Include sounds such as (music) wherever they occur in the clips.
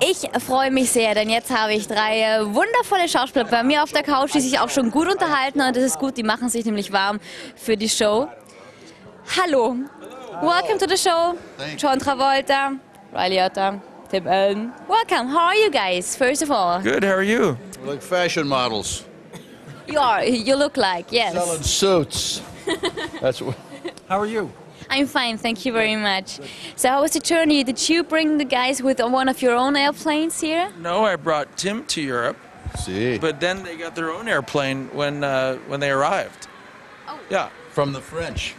Ich freue mich sehr, denn jetzt habe ich drei äh, wundervolle Schauspieler bei mir auf der Couch, die sich auch schon gut unterhalten und das ist gut, die machen sich nämlich warm für die Show. Hallo, welcome to the show. John Travolta, Riley Otter, Tim Allen. Welcome, how are you guys, first of all? Good, how are you? Like fashion models You are, you look like, yes. selling suits. That's what. How are you? I'm fine, thank you very much. So how was the journey? Did you bring the guys with one of your own airplanes here? No, I brought Tim to Europe, See. but then they got their own airplane when uh, when they arrived. Oh. Yeah, from the French.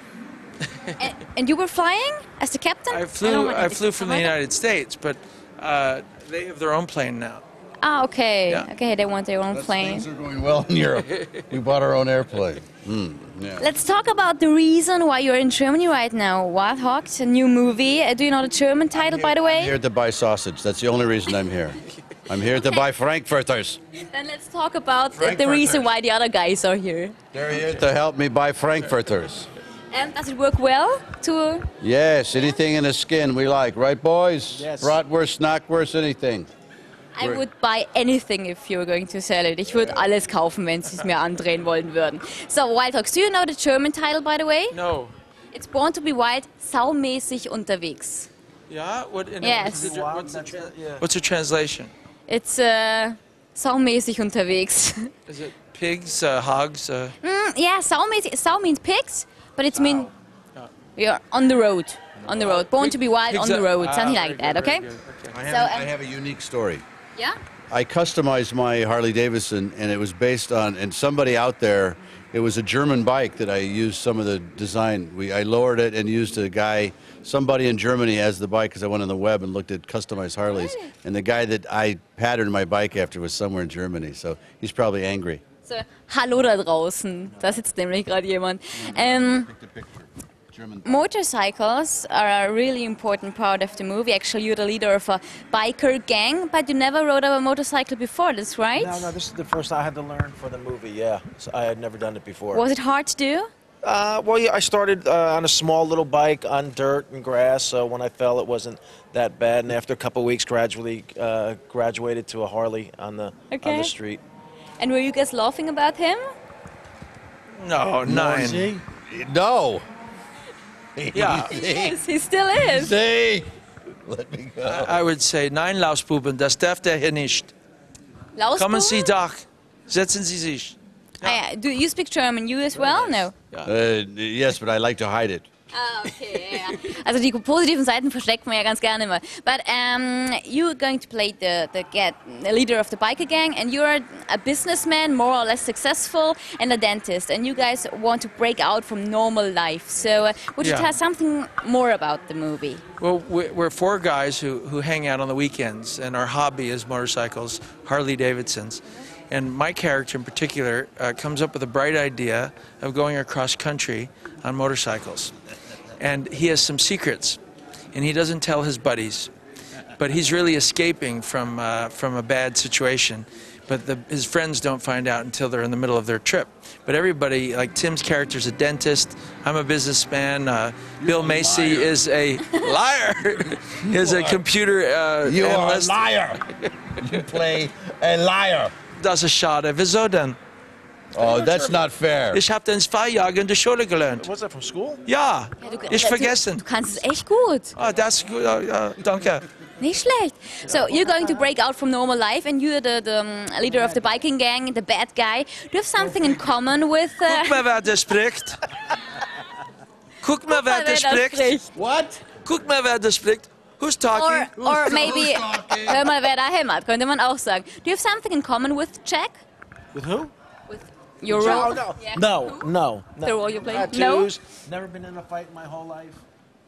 And, and you were flying as the captain? I don't flew want I to flew from the discover. United States, but uh, they have their own plane now. Ah, okay. Yeah. Okay, they want their own plane. Things are going well in (laughs) Europe. we bought our own airplane. Hmm. yeah. Let's talk about the reason why you're in Germany right now. Wild Hawks, a new movie. Uh, do you know the German title, by the I'm way? here to buy sausage. That's the only reason I'm here. I'm here to buy Frankfurters. Then let's talk about the- the Frankfurters. reason why the other guys are here. They're here to help me buy Frankfurters. And does it work well? To Yes, anything in the skin we like, right, boys? Yes. Bratwurst, knackwurst, anything. I would buy anything if you were going to sell it. Ich würde alles kaufen, wenn sie es mir andrehen wollen würden. So, Wild Hawks, do you know the German title, by the way? No. It's Born to be Wild, saumäßig unterwegs. Yeah. What? and Yes. What's the, Wow, what's the, that's tra- it, yeah. what's the translation? It's äh, saumäßig unterwegs. (laughs) Is it pigs, uh, hogs? Uh, Mm, yeah, saumäßig. Sau means pigs, but it's mean you're on the road. On the road. Born to be wild pigs on the are- road. Ah, Something very like good, that, okay? very good, okay. I have, So, a- um, I have a unique story. Yeah? I customized my Harley Davidson, and it was based on. And somebody out there, it was a German bike that I used some of the design. We I lowered it and used a guy, somebody in Germany, as the bike because I went on the web and looked at customized Harleys. Really? And the guy that I patterned my bike after was somewhere in Germany, so he's probably angry. So, hallo da draußen. Da sitzt nämlich gerade jemand. Ähm, Take the picture. German. motorcycles are a really important part of the movie. Actually, you're the leader of a biker gang, but you never rode a motorcycle before, that's right? No, no, this is the first I had to learn for the movie. Yeah, so I had never done it before. Was it hard to do? Uh, well, yeah, I started uh, on a small little bike on dirt and grass. So when I fell, it wasn't that bad. And after a couple weeks, gradually uh, graduated to a Harley on the on Okay. the street. And were you guys laughing about him? No, nine. No. Yeah. Yes, he still is. See. Let me go. I would say nein, Lausbuben, das darf der hier nicht. Kommen Sie Lausbuben? doch. Setzen Sie sich. Ah, yeah. Do you speak German? You Oh, as well? No. Uh, yes, but I like to hide it. Ah, okay. Yeah. (laughs) also die positiven Seiten versteckt man ja ganz gerne immer. But um, you're going to play the the, get, the leader of the biker gang, and you're a businessman, more or less successful, and a dentist, and you guys want to break out from normal life. So uh, would you Yeah. tell something more about the movie? Well, we- we're four guys who, who hang out on the weekends, and our hobby is motorcycles, Harley Davidsons. And my character in particular uh, comes up with a bright idea of going across country on motorcycles. And he has some secrets, and he doesn't tell his buddies. But he's really escaping from, uh, from a bad situation. But the, his friends don't find out until they're in the middle of their trip. But everybody, like Tim's character's a dentist, I'm a businessman, uh, Bill Macy liar. (laughs) is a liar, is a computer uh, You are a analyst. liar. (laughs) you play a liar. Das ist schade. Wieso denn? Oh, that's not fair. Ich habe den zwei Jahre in der Schule gelernt. What's that from school? Ja, Du- ich du- vergessen. Du kannst es echt gut. Ah, das ist gut. Ah, ja, danke. Nicht schlecht. So, you're going to break out from normal life and you're the, the um, leader of the biking gang, the bad guy. Do you have something in common with... Uh, (laughs) Guck mal, wer da spricht. Guck mal, wer da spricht. What? Guck mal, wer da spricht. Who's talking? Or, or maybe, talking? hör mal, wer da hämmert, könnte man auch sagen. Do you have something in common with Jack? With who? With your Oh, role? no. Yeah. no, no, no. The role you play? Tattoos. Never been in a fight in my whole life.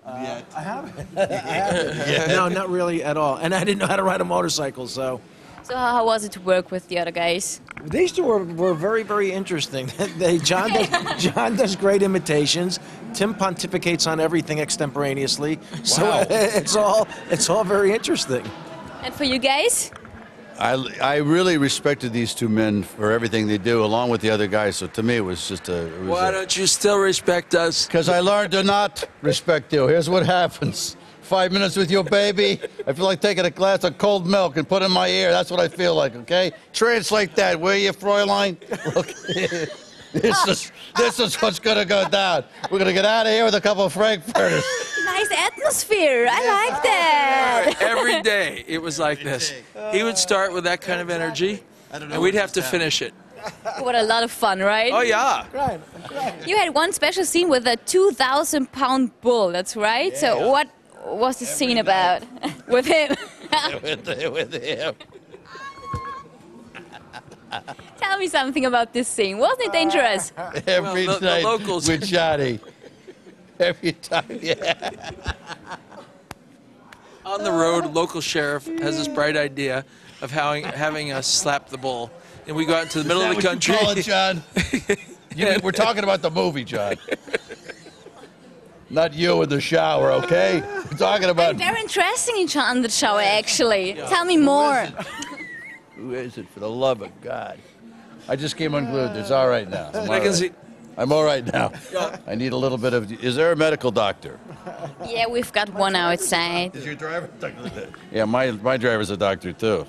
Uh, Yet. I haven't. (laughs) I haven't. No, not really at all. And I didn't know how to ride a motorcycle, so. So how, how was it to work with the other guys? These two were, were very, very interesting. (laughs) they, John, does, John does great imitations. Tim pontificates on everything extemporaneously. So Wow. (laughs) it's all it's all very interesting. And for you guys? I, I really respected these two men for everything they do, along with the other guys. So to me, it was just a. Why don't you still respect us? Because I learned to not respect you. Here's what happens. five minutes with your baby. I feel like taking a glass of cold milk and put it in my ear. That's what I feel like, okay? Translate that, will you, Fräulein? Look, (laughs) this is, this is what's going to go down. We're going to get out of here with a couple of Frankfurters. (laughs) Nice atmosphere. I like that. Every day it was like this. He would start with that kind of energy, I don't know and what we'd just have to happened. finish it. What a lot of fun, right? Oh, yeah. You had one special scene with a 2,000 pound bull, that's right? So, what was the scene about (laughs) with him? with, with him. Tell me something about this scene. Wasn't it dangerous? Uh, Every Well, the- the night locals- with Johnny. Every time, yeah. On the road, local sheriff has this bright idea of how, having us slap the bull. And we go out into the middle Is of the that what you country. call it, John? (laughs) You- we're talking about the movie, John. Not you in the shower, okay? We're talking about. Very interesting in Ch- on the shower, actually. Tell me more. Who is it? For the love of God! I just came unglued. It's all right now. I'm all I can right. see- I'm all right now. I need a little bit of. Is there a medical doctor? Yeah, we've got one outside. Is your driver doctor? Yeah, my my driver's a doctor too.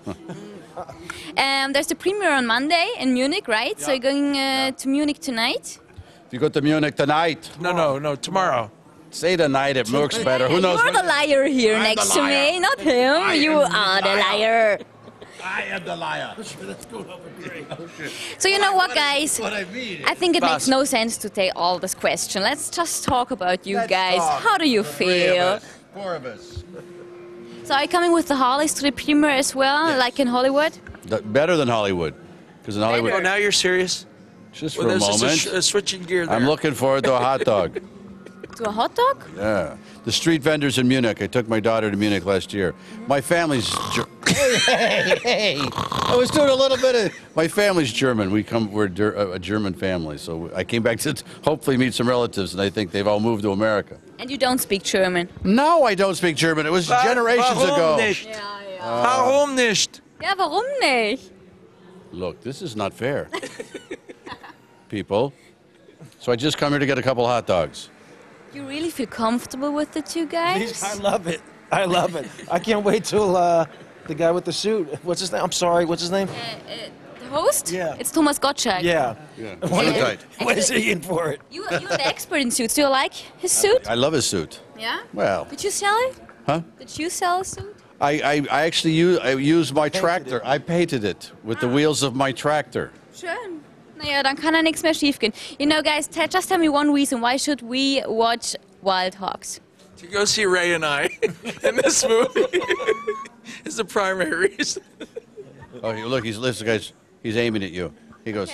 Um, there's the premiere on Monday in Munich, right? So, you're going uh, to Munich tonight? if you go to Munich tonight, No, no, no, tomorrow. say tonight. It works better. Who knows? You're when- the liar here I'm next the to liar. me, not him. you are the liar. I am the liar. (laughs) Let's go over here. So you know what, guys? What I mean. I think it Boss. makes no sense to take all this question. Let's just talk about you Let's guys. talk. How do you Three of feel? us, Four of us. So are you coming with the Harleys to the premiere as well, Yes. like in Hollywood? Th- better than Hollywood, because in Hollywood, Oh, now you're serious? just for a Well, there's just a, moment, sh- uh, a switching gear there. I'm looking forward to a hot (laughs) dog. To a hot dog? yeah, the street vendors in Munich. I took my daughter to Munich last year. My family's. Ger- (laughs) hey, hey, hey. I was doing a little bit of. My family's German. We come. We're der- a a German family, so I came back to t- hopefully meet some relatives, and I think they've all moved to America. And you don't speak German. No, I don't speak German. It was Wa- generations warum ago. Nicht? ja. Warum nicht? Ja, warum nicht? Look, this is not fair. People. So I just come here to get a couple hot dogs. You really feel comfortable with the two I guys? love it. I love it. I can't wait till uh, the guy with the suit. What's his name? I'm sorry. What's his name? Uh, The host? Yeah. It's Thomas Gottschalk. Yeah. Yeah. What Yeah. is (laughs) what is he in for it? You, you're the expert in suits. Do you like his suit? I love his suit. Yeah? Well. Did you sell it? Huh? Did you sell a suit? I, I, I actually use, I use my tractor. I painted it with the wheels of my tractor. Schön. Naja, dann kann da nichts mehr schiefgehen. You know, guys, tell, just tell me one reason why should we watch Wild Hogs? To go see Ray and I (laughs) in this movie (laughs) is the primary reason. Oh, he- look, he's listen, guys. He's aiming at you. He goes.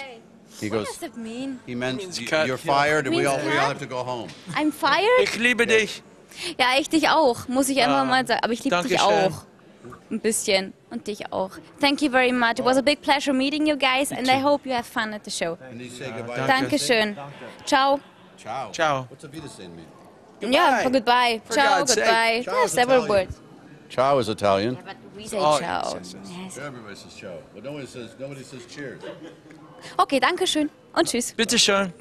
He What goes. does that mean? He meant Means you- cut. you're fired, and we Means all we all cut? have to go home. I'm fired? Ich liebe dich. Ja, ich dich auch, muss ich einfach Ah, mal sagen. Aber ich liebe dich Dankeschön. auch. Ein bisschen. Und dich auch. Thank you very much. It was a big pleasure meeting you guys and I hope you have fun at the show. And he say goodbye. Dankeschön. Ciao. Ciao. Uh, Ciao. What's a Wiedersehen mean? Ja, goodbye. Ciao, God's sake. goodbye. Ciao Yeah, is several Italian. words. Ciao is Italian. But we say Oh, ciao. yes, yes, Yes. Everybody says ciao, but nobody says nobody says cheers. Okay, danke schön und tschüss. Bitte schön.